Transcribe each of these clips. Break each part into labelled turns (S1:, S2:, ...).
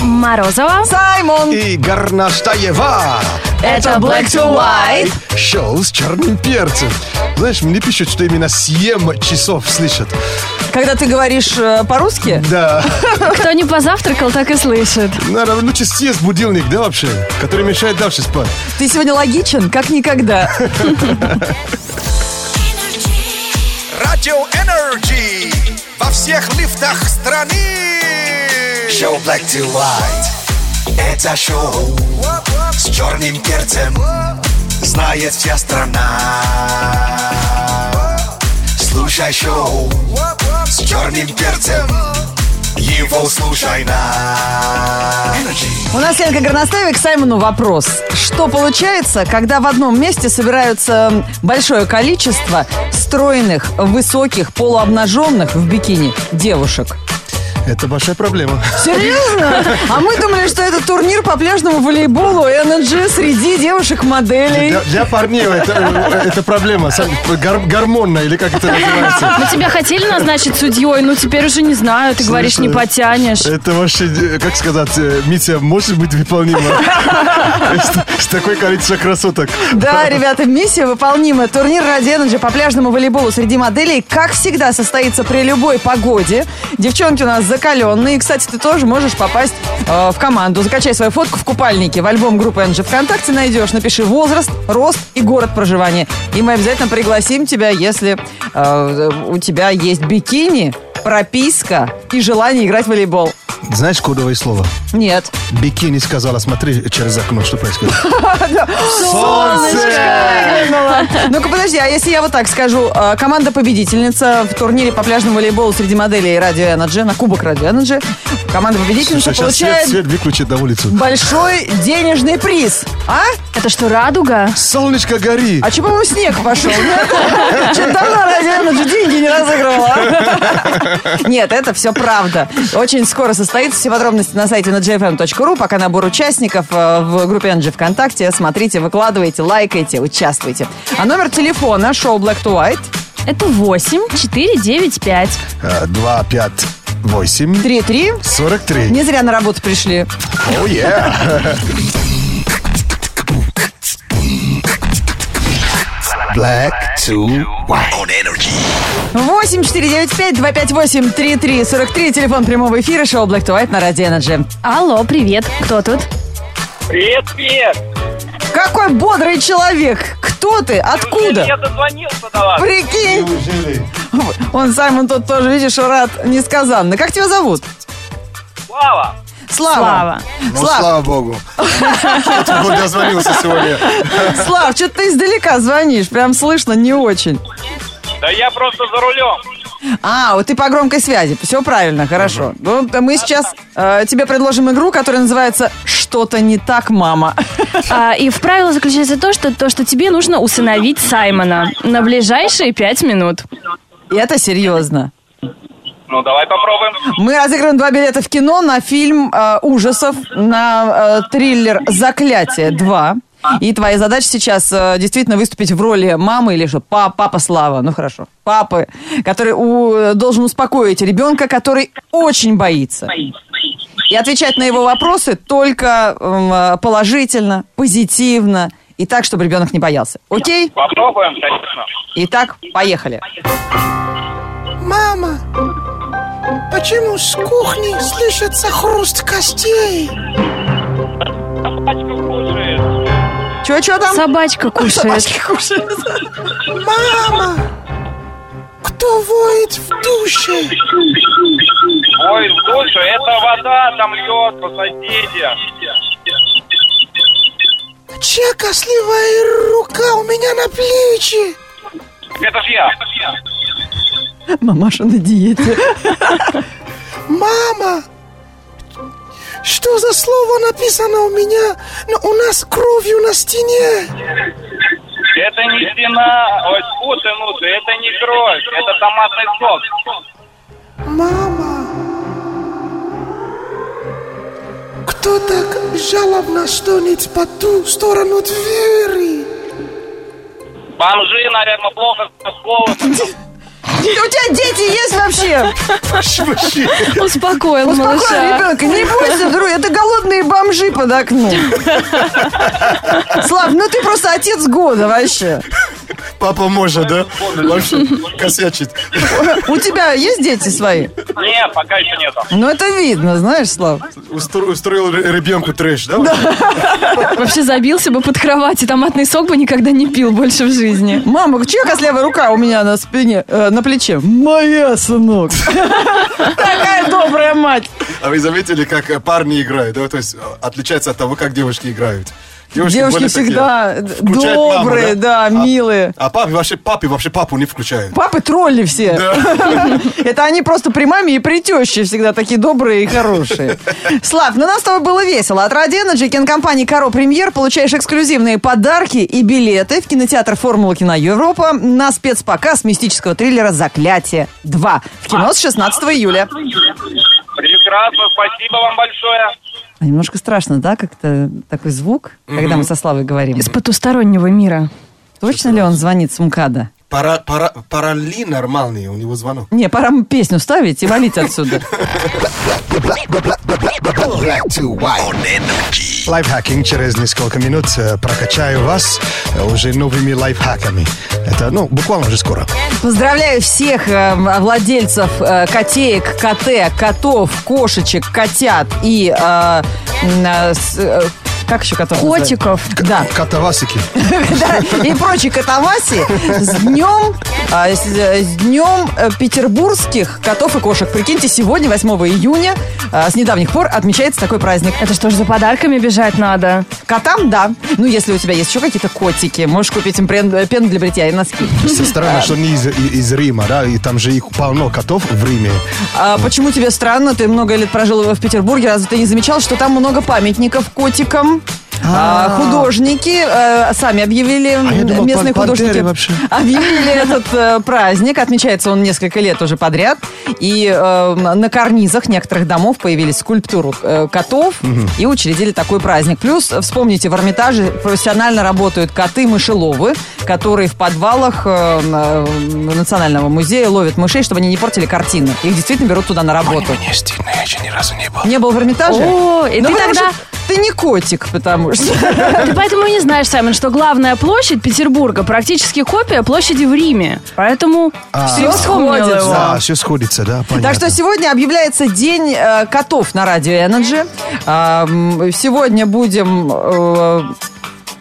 S1: Морозова.
S2: Саймон!
S3: И Горнаштаева.
S1: Это Black to White.
S3: Шоу с черным перцем. Знаешь, мне пишут, что именно 7 часов слышат.
S2: Когда ты говоришь э, по-русски,
S3: Да.
S1: Кто не позавтракал, так и слышит.
S3: Наверное, лучше съест будильник, да, вообще? Который мешает дальше спать.
S2: ты сегодня логичен, как никогда.
S4: Радио Энерджи во всех лифтах страны. Шоу Black to White. Это шоу с черным перцем. Знает вся страна. Слушай шоу с черным перцем. Его слушай на Energy.
S2: У нас Ленка Горностаева к Саймону вопрос. Что получается, когда в одном месте собираются м, большое количество стройных, высоких, полуобнаженных в бикини девушек?
S3: Это большая проблема.
S2: Серьезно? А мы думали, что это турнир по пляжному волейболу ННЖ среди девушек-моделей.
S3: Для, для парней это, э, это проблема. Сам- гор- гормонная, или как это называется?
S1: Мы Ну, тебя хотели назначить судьей, ну теперь уже не знаю, ты говоришь, не потянешь.
S3: Это вообще, э, как сказать, э, миссия может быть выполнима. С с такой количеством красоток.
S2: Да, ребята, миссия выполнима. Турнир ради Energy по пляжному волейболу среди моделей, как всегда, состоится при любой погоде. Девчонки у нас закаленные. И, Кстати, ты тоже можешь попасть э, в команду. Закачай свою фотку в купальнике. В альбом группы Energy ВКонтакте найдешь. Напиши возраст, рост и город проживания. И мы обязательно пригласим тебя, если э, у тебя есть бикини, прописка и желание играть в волейбол.
S3: Знаешь кодовое слово?
S2: Нет.
S3: Бикини сказала, смотри через окно, что происходит.
S2: Ну-ка, подожди, а если я вот так скажу? э, Команда-победительница в турнире по пляжному волейболу среди моделей Радио Energy, на Кубок Радио Energy, команда-победительница
S3: Сейчас свет,
S2: получает
S3: свет выключит на улицу.
S2: большой денежный приз. А?
S1: Это что, радуга?
S3: Солнышко гори.
S2: А че, по-моему, снег пошел? Че давно Радио Energy деньги не разыгрывала? а? Нет, это все правда. Очень скоро состоится. Все подробности на сайте energyfm.ru. Пока набор участников э, в группе Energy ВКонтакте. Смотрите, выкладывайте, лайкайте, участвуйте. А номер телефона шоу Black to White
S1: Это 8, 4, 9, 5.
S3: А, Два, пять, восемь,
S2: 3-3.
S3: сорок три.
S2: Не зря на работу пришли.
S3: О, е. Black to
S4: On Energy.
S2: 8495-258-3343. Телефон прямого эфира. Шоу Black to White на Радио Energy.
S1: Алло, привет, кто тут?
S5: Привет, привет!
S2: Какой бодрый человек. Кто ты?
S5: Я
S2: Откуда?
S5: дозвонился до вас.
S2: Прикинь. Он, Саймон, тут тоже, видишь, рад несказанно. Как тебя зовут?
S5: Слава!
S2: Слава.
S3: Ну, слава богу. Вот дозвонился сегодня.
S2: Слав, что-то ты издалека звонишь. Прям слышно не очень.
S5: Да я просто за рулем.
S2: А, вот ты по громкой связи. Все правильно, хорошо. Ну, мы сейчас э, тебе предложим игру, которая называется «Что-то не так, мама».
S1: А, и в правило заключается то, что то, что тебе нужно усыновить Саймона на ближайшие пять минут.
S2: И это серьезно.
S5: Ну, давай попробуем.
S2: Мы разыгрываем два билета в кино на фильм э, ужасов, на э, триллер «Заклятие 2». И твоя задача сейчас э, действительно выступить в роли мамы или что? Папа, папа Слава, ну хорошо. Папы, который у- должен успокоить ребенка, который очень боится. И отвечать на его вопросы только м, э, положительно, позитивно и так, чтобы ребенок не боялся. Окей?
S5: Попробуем, конечно.
S2: Итак, поехали.
S6: Мама, почему с кухни слышится хруст костей?
S5: Пачку кушает.
S2: Чего-чего там?
S1: Собачка кушает.
S6: Мама, кто воет в душе?
S5: Ой, в душу, это вода там льет по соседям.
S6: Чека сливая рука у меня на плечи.
S5: Это ж я.
S2: Мамаша на диете.
S6: Мама, что за слово написано у меня, но у нас кровью на стене?
S5: Это не стена. Ой, фу ты, ну ты, это не кровь. Это томатный сок.
S6: Мама, кто так жалобно стонет по ту сторону двери?
S5: Бомжи, наверное, плохо с голосом.
S2: У тебя дети есть вообще?
S3: Вообще.
S1: Успокоил
S2: Успокой
S1: малыша.
S2: ребенка, не бойся, друг, это голодные бомжи под окном. Слав, ну ты просто отец года вообще.
S3: Папа может, да? Вообще косячит.
S2: У тебя есть дети свои?
S5: Нет, пока еще нету.
S2: Ну это видно, знаешь, Слав.
S3: Устро- Устроил р- ребенку трэш, да?
S1: Вообще забился бы под кровать и томатный сок бы никогда не пил больше в жизни.
S2: Мама, чья костлявая рука у меня на спине, э, на плече? Моя, сынок. Такая добрая мать.
S3: А вы заметили, как э, парни играют, да? То есть э, отличается от того, как девушки играют.
S2: Девушки
S3: более такие,
S2: всегда э,
S3: включают маму,
S2: добрые, да, милые.
S3: А папе вообще, папе вообще папу не включают.
S2: Папы тролли все. Это они просто при маме и при теще всегда такие добрые и хорошие. Слав, ну нам с тобой было весело. От Ради Energy кинокомпании «Каро Премьер» получаешь эксклюзивные подарки и билеты в кинотеатр «Формула кино Европа» на спецпоказ мистического триллера «Заклятие 2» в кино с 16 июля.
S5: Прекрасно, спасибо вам большое.
S2: А Немножко страшно, да, как-то такой звук, когда мы со Славой говорим.
S1: Из потустороннего мира.
S2: Точно ли он звонит с МКАДа?
S3: Пара, пара, парали нормальный, у него звонок.
S2: Не, пора ему песню ставить и валить отсюда.
S4: Black to white. On energy. Лайфхакинг через несколько минут. э, Прокачаю вас э, уже новыми лайфхаками. Это, ну, буквально уже скоро.
S2: Поздравляю всех э, владельцев э, котеек, КТ, котов, кошечек, котят и... э, м, э, с- э, как еще котов называют?
S1: Котиков.
S2: Да,
S3: Катавасики.
S2: да, и прочие катаваси с днем, э, с, э, с днем э, петербургских котов и кошек. Прикиньте, сегодня, 8 июня, э, с недавних пор отмечается такой праздник.
S1: Это что ж за подарками бежать надо?
S2: Котам, да. Ну, если у тебя есть еще какие-то котики, можешь купить им прен- э, пену для бритья и носки.
S3: Странно, что не из, и- из Рима, да? И там же их полно котов в Риме.
S2: А почему тебе странно? Ты много лет прожил в Петербурге. Разве ты не замечал, что там много памятников котикам? А, художники э, сами объявили,
S3: А я думал,
S2: местные
S3: пан-
S2: художники
S3: пантеры вообще.
S2: объявили А этот э, праздник. Отмечается он несколько лет уже подряд. И э, на карнизах некоторых домов появились скульптуры э, котов и учредили такой праздник. Плюс, э, вспомните, в Эрмитаже профессионально работают коты-мышеловы, которые в подвалах э, на- Национального музея ловят мышей, чтобы они не портили картины. Их действительно берут туда на работу. Не был в Эрмитаже?
S1: О, и
S2: Ну,
S1: ты
S2: потому
S1: тогда...
S2: что Ты не котик, потому что...
S1: Ты поэтому и не знаешь, Саймон, что главная площадь Петербурга практически копия площади в Риме. Поэтому все вспомнил
S2: сходится.
S1: его.
S3: Да, все сходится, да, понятно.
S2: Так что сегодня объявляется День э, котов на радио Energy. А, м, сегодня будем... э,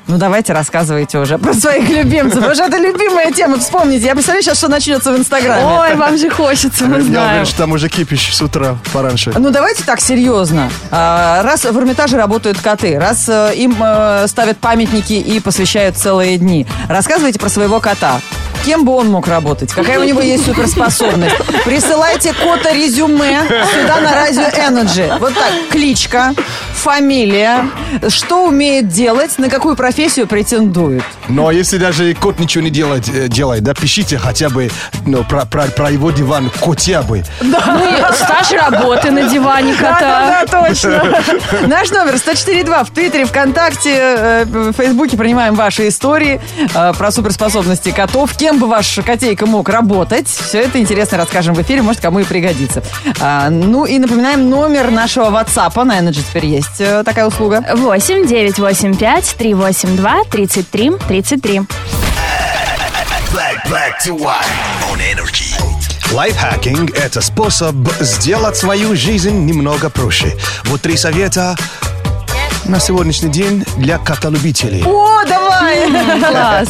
S2: ну, давайте рассказывайте уже про своих любимцев. Потому что это любимая тема, вспомните. Я представляю сейчас, что начнется в Инстаграме.
S1: Ой, вам же хочется, мы
S3: Я уверен,
S1: знаем.
S3: что там уже кипиш с утра пораньше.
S2: Ну, давайте так, серьезно. А, раз в Эрмитаже работают коты, раз э, им э, ставят памятники и посвящают целые дни, рассказывайте про своего кота. Кем бы он мог работать? Какая у него есть суперспособность? Присылайте кота резюме сюда на Радио Energy. Вот так, кличка, фамилия, что умеет делать, на какую профессию претендует.
S3: Но Ну, а если даже и кот ничего не делает, э, делает да, пишите хотя бы ну, про, про- про его диван котя бы.
S1: Ну и стаж работы на диване кота.
S2: Да, точно. Наш номер 104.2 в Твиттере, ВКонтакте, э, в Фейсбуке принимаем ваши истории э, про суперспособности котов. Кем бы ваш котейка мог работать? Все это интересно расскажем в эфире, может, кому и пригодится. А, Ну и напоминаем номер нашего WhatsApp. На Energy теперь есть э, такая услуга.
S1: 8 9 8 5 3 8 2 33 33.
S4: Black, black to white. On energy.
S3: Лайфхакинг – это способ сделать свою жизнь немного проще. Вот три совета на сегодняшний день для католюбителей.
S2: О, давай!
S1: Класс.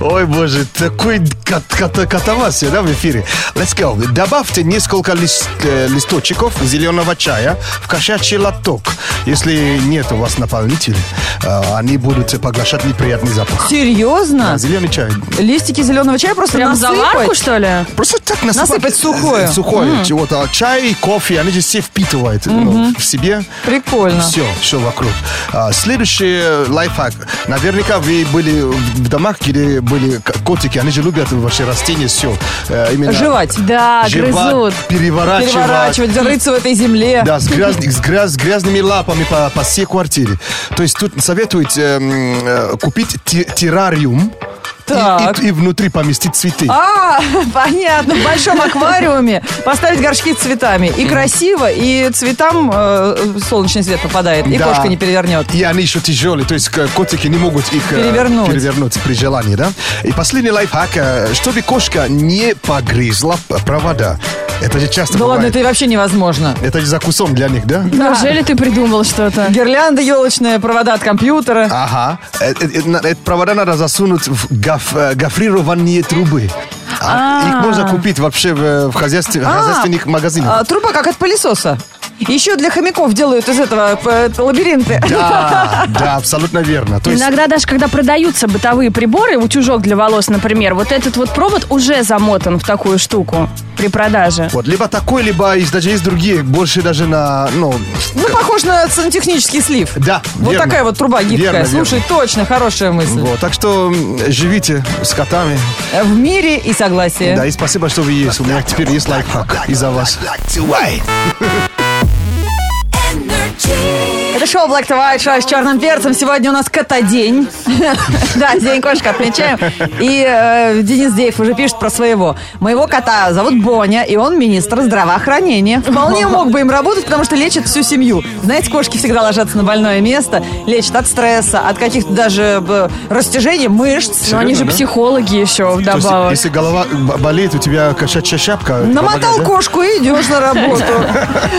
S3: Ой, боже, такой кат кат- катавасия, да, в эфире. Let's go. Добавьте несколько лист- э, листочков зеленого чая в кошачий лоток. Если нет у вас наполнителя, э, они будут поглощать неприятный запах.
S2: Серьезно?
S3: А Зеленый чай.
S2: Листики зеленого чая просто
S1: Прям
S2: насыпать?
S1: заварку, что ли?
S3: Просто так насыпать.
S2: Насыпать сухое.
S3: Э, Сухое чего-то. А Чай, кофе, они же все впитывают ну, в себе.
S2: Прикольно.
S3: Все, все вокруг. А, следующий э, лайфхак. Наверняка вы были в в домах, где были к- котики. Они же любят вообще растения, все.
S2: Жевать. А,
S1: Да,
S3: Жевать,
S1: грызут.
S3: Переворачивать.
S2: Переворачивать, рыться в этой земле.
S3: Да, с, гряз- с гряз- с грязными лапами по, по всей квартире. То есть тут советуют эм, э, купить ти- террариум и-
S2: Так.
S3: И, и внутри поместить цветы.
S2: А, понятно, в большом аквариуме поставить горшки с цветами. И красиво, и цветам э, солнечный свет попадает, и
S3: Да.
S2: кошка не перевернет.
S3: И они еще тяжелые, то есть к- котики не могут их э,
S2: Перевернуть.
S3: перевернуть при желании, да? И последний лайфхак, э, чтобы кошка не погрызла п- провода. Это же часто
S2: Да ладно,
S3: бывает.
S2: это и вообще невозможно.
S3: Это же закусон для них, да?
S1: Неужели ты придумал что-то?
S2: Гирлянда елочная, провода от компьютера.
S3: Ага. Э, э, э, на- э, провода надо засунуть в гоф- э, гофрированные трубы. А,
S1: А.
S3: Их можно купить вообще в, в хозяйстве- в
S2: А,
S3: хозяйственных магазинах.
S2: а, труба как от пылесоса. Еще для хомяков делают из этого э, лабиринты.
S3: Да, да, абсолютно верно. То есть
S1: Иногда даже когда продаются бытовые приборы, утюжок для волос, например, вот этот вот провод уже замотан в такую штуку при продаже.
S3: вот, либо такой, либо есть, даже есть другие, больше даже на, ну,
S2: Ну, похож на сантехнический слив.
S3: да,
S2: Вот
S3: верно.
S2: такая вот труба гибкая.
S3: Верно, верно.
S2: Слушай, точно, хорошая мысль.
S3: Вот, так что м, живите с котами.
S2: Э, В мире и согласие.
S3: Да, и спасибо, что вы есть. У меня теперь есть лайфхак из-за вас.
S2: Это шоу Black to White, шоу с черным перцем. Сегодня у нас кота-день. Да, день кошка отмечаем. И э, Денис Деев уже пишет про своего. Моего кота зовут Боня, и он министр здравоохранения. Вполне мог бы им работать, потому что лечит всю семью. Знаете, кошки всегда ложатся на больное место, лечат от стресса, от каких-то даже э, растяжений мышц.
S1: Но они же психологи еще
S3: То есть,
S1: вдобавок.
S3: если голова э, б- болит, у тебя кошачья шапка.
S2: Намотал
S3: помогает, да?
S2: кошку и идешь на работу.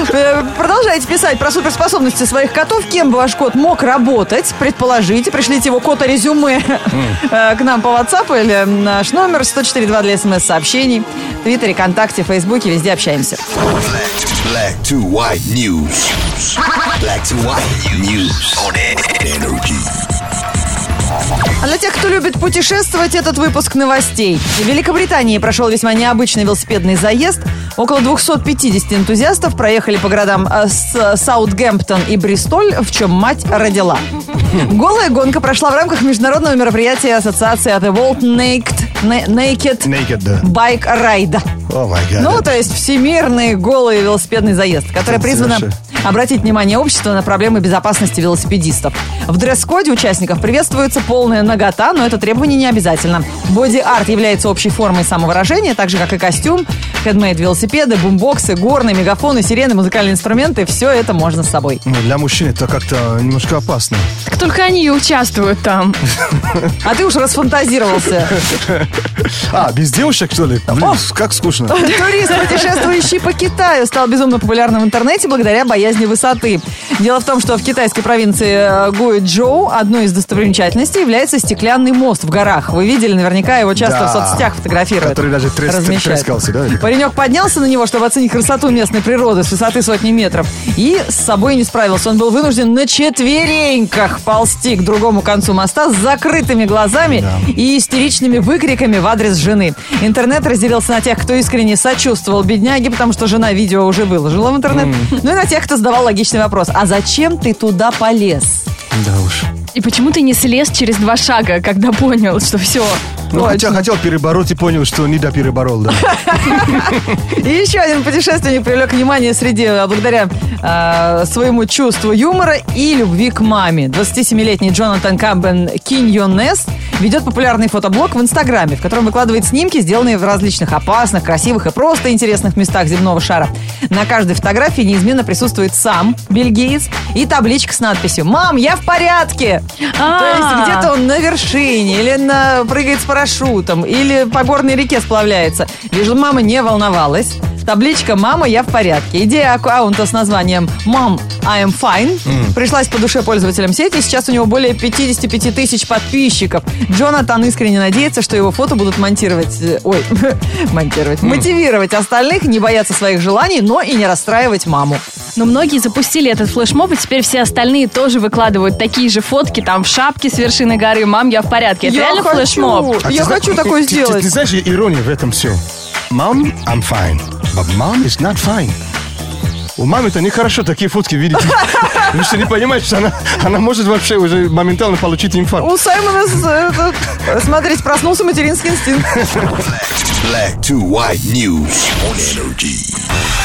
S2: Э, Продолжайте писать про суперспособности своих котов. Кем бы ваш кот мог работать? Предположите, пришлите его кота резюме э, к нам по WhatsApp или наш номер 104.2 для смс-сообщений. В Твиттере, ВКонтакте, Фейсбуке, везде общаемся.
S7: Black to white news. Black to white news on energy.
S2: А для тех, кто любит путешествовать, этот выпуск новостей. В Великобритании прошел весьма необычный велосипедный заезд. Около 250 энтузиастов проехали по городам э, С- Саутгемптон и Бристоль, в чем мать родила. Голая гонка прошла в рамках международного мероприятия ассоциации The World Naked, Na- Naked
S3: Naked, да.
S2: Bike Ride.
S3: О, май гад.
S2: Ну, то есть всемирный голый велосипедный заезд, который
S3: Это
S2: призван
S3: вообще.
S2: обратить внимание общества на проблемы безопасности велосипедистов. В дресс-коде участников приветствуется полная нагота, но это требование не обязательно. Боди-арт является общей формой самовыражения, так же, как и костюм, хедмейд велосипеды, бумбоксы, горны, мегафоны, сирены, музыкальные инструменты. Все это можно с собой.
S3: Ну, для мужчин это как-то немножко опасно.
S1: Так только они и участвуют там.
S2: А ты уж расфантазировался.
S3: А, без девушек, что ли? Блин, как скучно.
S2: Турист, путешествующий по Китаю, стал безумно популярным в интернете благодаря боязни высоты. Дело в том, что в китайской провинции э, Гуэджоу одной из достопримечательностей является стеклянный мост в горах. Вы видели наверняка его часто
S3: Да.
S2: в соцсетях фотографируют.
S3: Который даже трес-
S2: размещают.
S3: трескался, да?
S2: Паренек поднялся на него, чтобы оценить красоту местной природы с высоты сотни метров. И с собой не справился. Он был вынужден на четвереньках ползти к другому концу моста с закрытыми глазами и истеричными выкриками в адрес жены. Интернет разделился на тех, кто искренне сочувствовал бедняге, потому что жена видео уже выложила в интернет. Ну и на тех, кто задавал логичный вопрос. А зачем ты туда полез?
S3: Да уж.
S1: И почему ты не слез через два шага, когда понял, что все?
S3: Ну, хотя хотел перебороть и понял, что не до переборол, да.
S2: И еще один путешественник привлек внимание среди э, благодаря э, своему чувству юмора и любви к маме. 27-летний Джонатан Камбен Киньонес ведет популярный фотоблог в Инстаграме, в котором выкладывает снимки, сделанные в различных опасных, красивых и просто интересных местах земного шара. На каждой фотографии неизменно присутствует сам бельгиец и табличка с надписью «Мам, я в порядке!» То есть
S1: А.
S2: где-то он на вершине, или на, прыгает с парашютом, или по горной реке сплавляется. Лишь мама не волновалась. Табличка «Мама, я в порядке». Идея аккаунта с названием «Mom, I am fine» пришлась по душе пользователям сети. Сейчас у него более 55 тысяч подписчиков. Джонатан искренне надеется, что его фото будут монтировать... э, Ой, монтировать. Мотивировать остальных, не бояться своих желаний, но и не расстраивать маму.
S1: Но многие запустили этот флешмоб, и теперь все остальные тоже выкладывают такие же фотки, там в шапке с вершины горы, мам, я в порядке. Это реально
S2: хочу,
S1: флешмоб.
S3: А
S2: Я
S3: ты зна-
S2: хочу
S3: ты-
S2: такое
S3: ты- ты- Ты
S2: сделать.
S3: знаешь, ирония в этом все. Mom, I'm fine. But mom is not fine. У мамы-то нехорошо такие фотки видеть. Вы что, не понимаете, что она, она может вообще уже моментально получить инфаркт?
S2: У Саймона, с- этот, смотрите, проснулся материнский инстинкт.
S7: Black to white news on energy.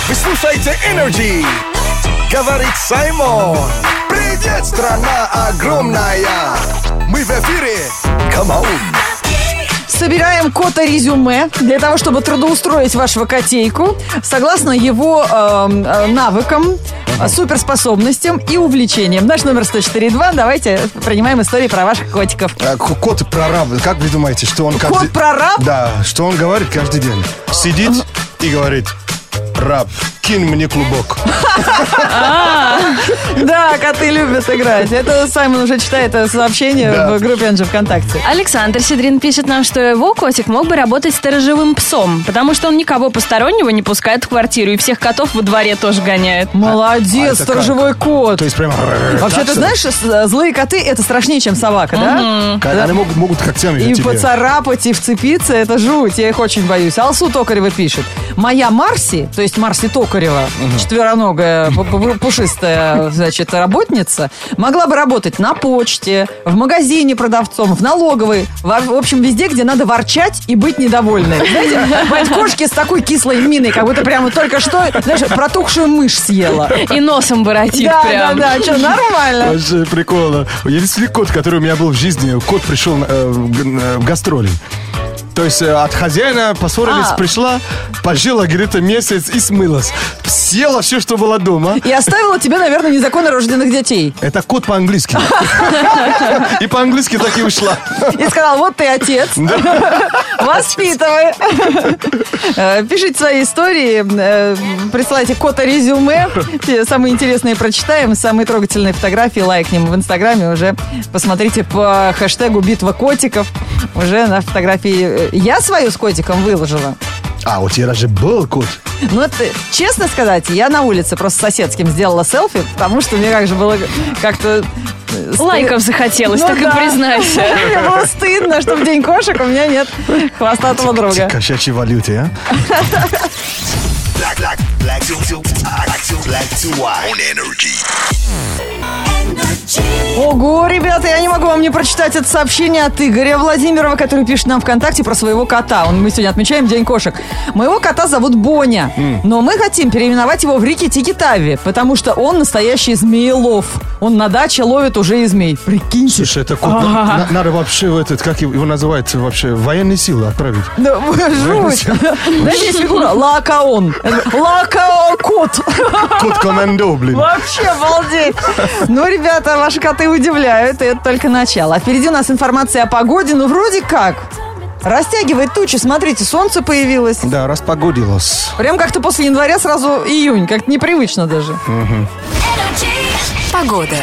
S4: Вы слушаете Energy. Говорит Саймон. Привет, страна огромная. Мы в эфире. Come on.
S2: собираем кота резюме для того, чтобы трудоустроить вашего котейку согласно его эм, э, навыкам, э, суперспособностям и увлечениям. Наш номер 104.2. Давайте принимаем истории про ваших котиков.
S3: А, к- Кот прораб, как вы думаете, что он каждый...
S2: Кот прораб?
S3: Да, что он говорит каждый день? Сидит и говорит, раб, кинь мне клубок.
S2: Да, коты любят играть. Это Саймон уже читает э, сообщение
S3: Да.
S2: в группе Энджи ВКонтакте.
S1: Александр Сидрин пишет нам, что его котик мог бы работать сторожевым псом, потому что он никого постороннего не пускает в квартиру и всех котов во дворе тоже гоняет.
S2: Молодец,
S3: А, это
S2: сторожевой кот.
S3: То есть прямо...
S2: Вообще, ты знаешь, с- э, злые коты это страшнее, чем собака, да?
S3: Они могут, могут когтями
S2: И
S3: тебе.
S2: поцарапать, и вцепиться, это жуть, я их очень боюсь. Алсу Токарева пишет. Моя Марси, то есть Марси Токарева, четвероногая, пу- пу- пушистая, значит, работница, могла бы работать на почте, в магазине продавцом, в налоговой, во- в общем, везде, где надо ворчать и быть недовольной. Знаете, бывают кошки с такой кислой миной, как будто прямо только что, знаешь, протухшую мышь съела.
S1: И носом воротит
S2: Да, да,
S1: прям.
S2: да, что, нормально.
S3: Вообще прикольно. Единственный кот, который у меня был в жизни, кот пришел э, в, г- э, в гастроли. То есть э, от хозяина поссорились,
S2: А.
S3: пришла, пожила где-то месяц и смылась. Съела все, что было дома.
S2: И оставила тебе, наверное, незаконно рожденных детей.
S3: Это кот по-английски. И по-английски так и ушла.
S2: И сказал, вот ты отец. Воспитывай. Э, Пишите свои истории, э, присылайте кота резюме. Те Самые интересные прочитаем, самые трогательные фотографии лайкнем в Инстаграме. Уже посмотрите по хэштегу «Битва котиков». Уже на фотографии э, я свою с котиком выложила.
S3: А, у тебя даже был кот.
S2: Ну, это, честно сказать, я на улице просто соседским сделала селфи, потому что мне как же было как-то... э, стыд-
S1: Лайков захотелось,
S2: Ну
S1: так
S2: да.
S1: и признайся.
S2: Мне было стыдно, что в день кошек у меня нет хвостатого друга.
S3: Кошачьей валюте, а?
S8: Black, black, black to, to, black to, black to white. On energy.
S2: Ого, ребята, я не могу вам не прочитать это сообщение от Игоря Владимирова, который пишет нам ВКонтакте про своего кота. Он, мы сегодня отмечаем День кошек. Моего кота зовут Боня, но мы хотим переименовать его в Рики Тики Тави, потому что он настоящий змеелов. Он на даче ловит уже и змей. Прикиньте.
S3: Слушай, это кот. на- на- Надо вообще в этот, как его его называют вообще, военные силы отправить.
S2: Да, жуть. Знаешь, есть фигура? Лакаон. Лакаон кот.
S3: Кот командо, блин.
S2: Вообще обалдеть. Ну, ребята, ваши коты удивляют, и это только начало. А впереди у нас информация о погоде, ну, вроде как. Растягивает тучи, смотрите, солнце появилось.
S3: Да, распогодилось.
S2: Прям как-то после января сразу июнь, как-то непривычно даже.
S9: Погода.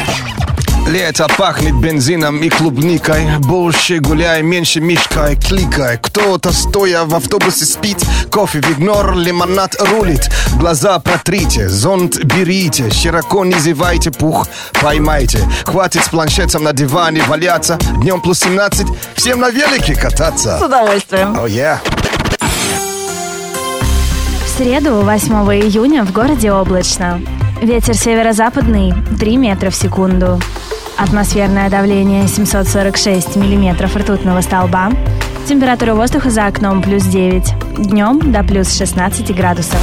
S3: Лето пахнет бензином и клубникой Больше гуляй, меньше мишкой, кликай Кто-то стоя в автобусе спит Кофе в игнор, лимонад рулит Глаза протрите, зонт берите Широко не зевайте, пух поймайте Хватит с планшетом на диване валяться Днем плюс 17, всем на велике
S2: С
S3: кататься Oh,
S2: удовольствием.
S3: О, я.
S10: В среду, 8 июня, в городе облачно. Ветер северо-западный 3 метра в секунду. Атмосферное давление 746 миллиметров ртутного столба. Температура воздуха за окном плюс 9. Днем до плюс 16 градусов.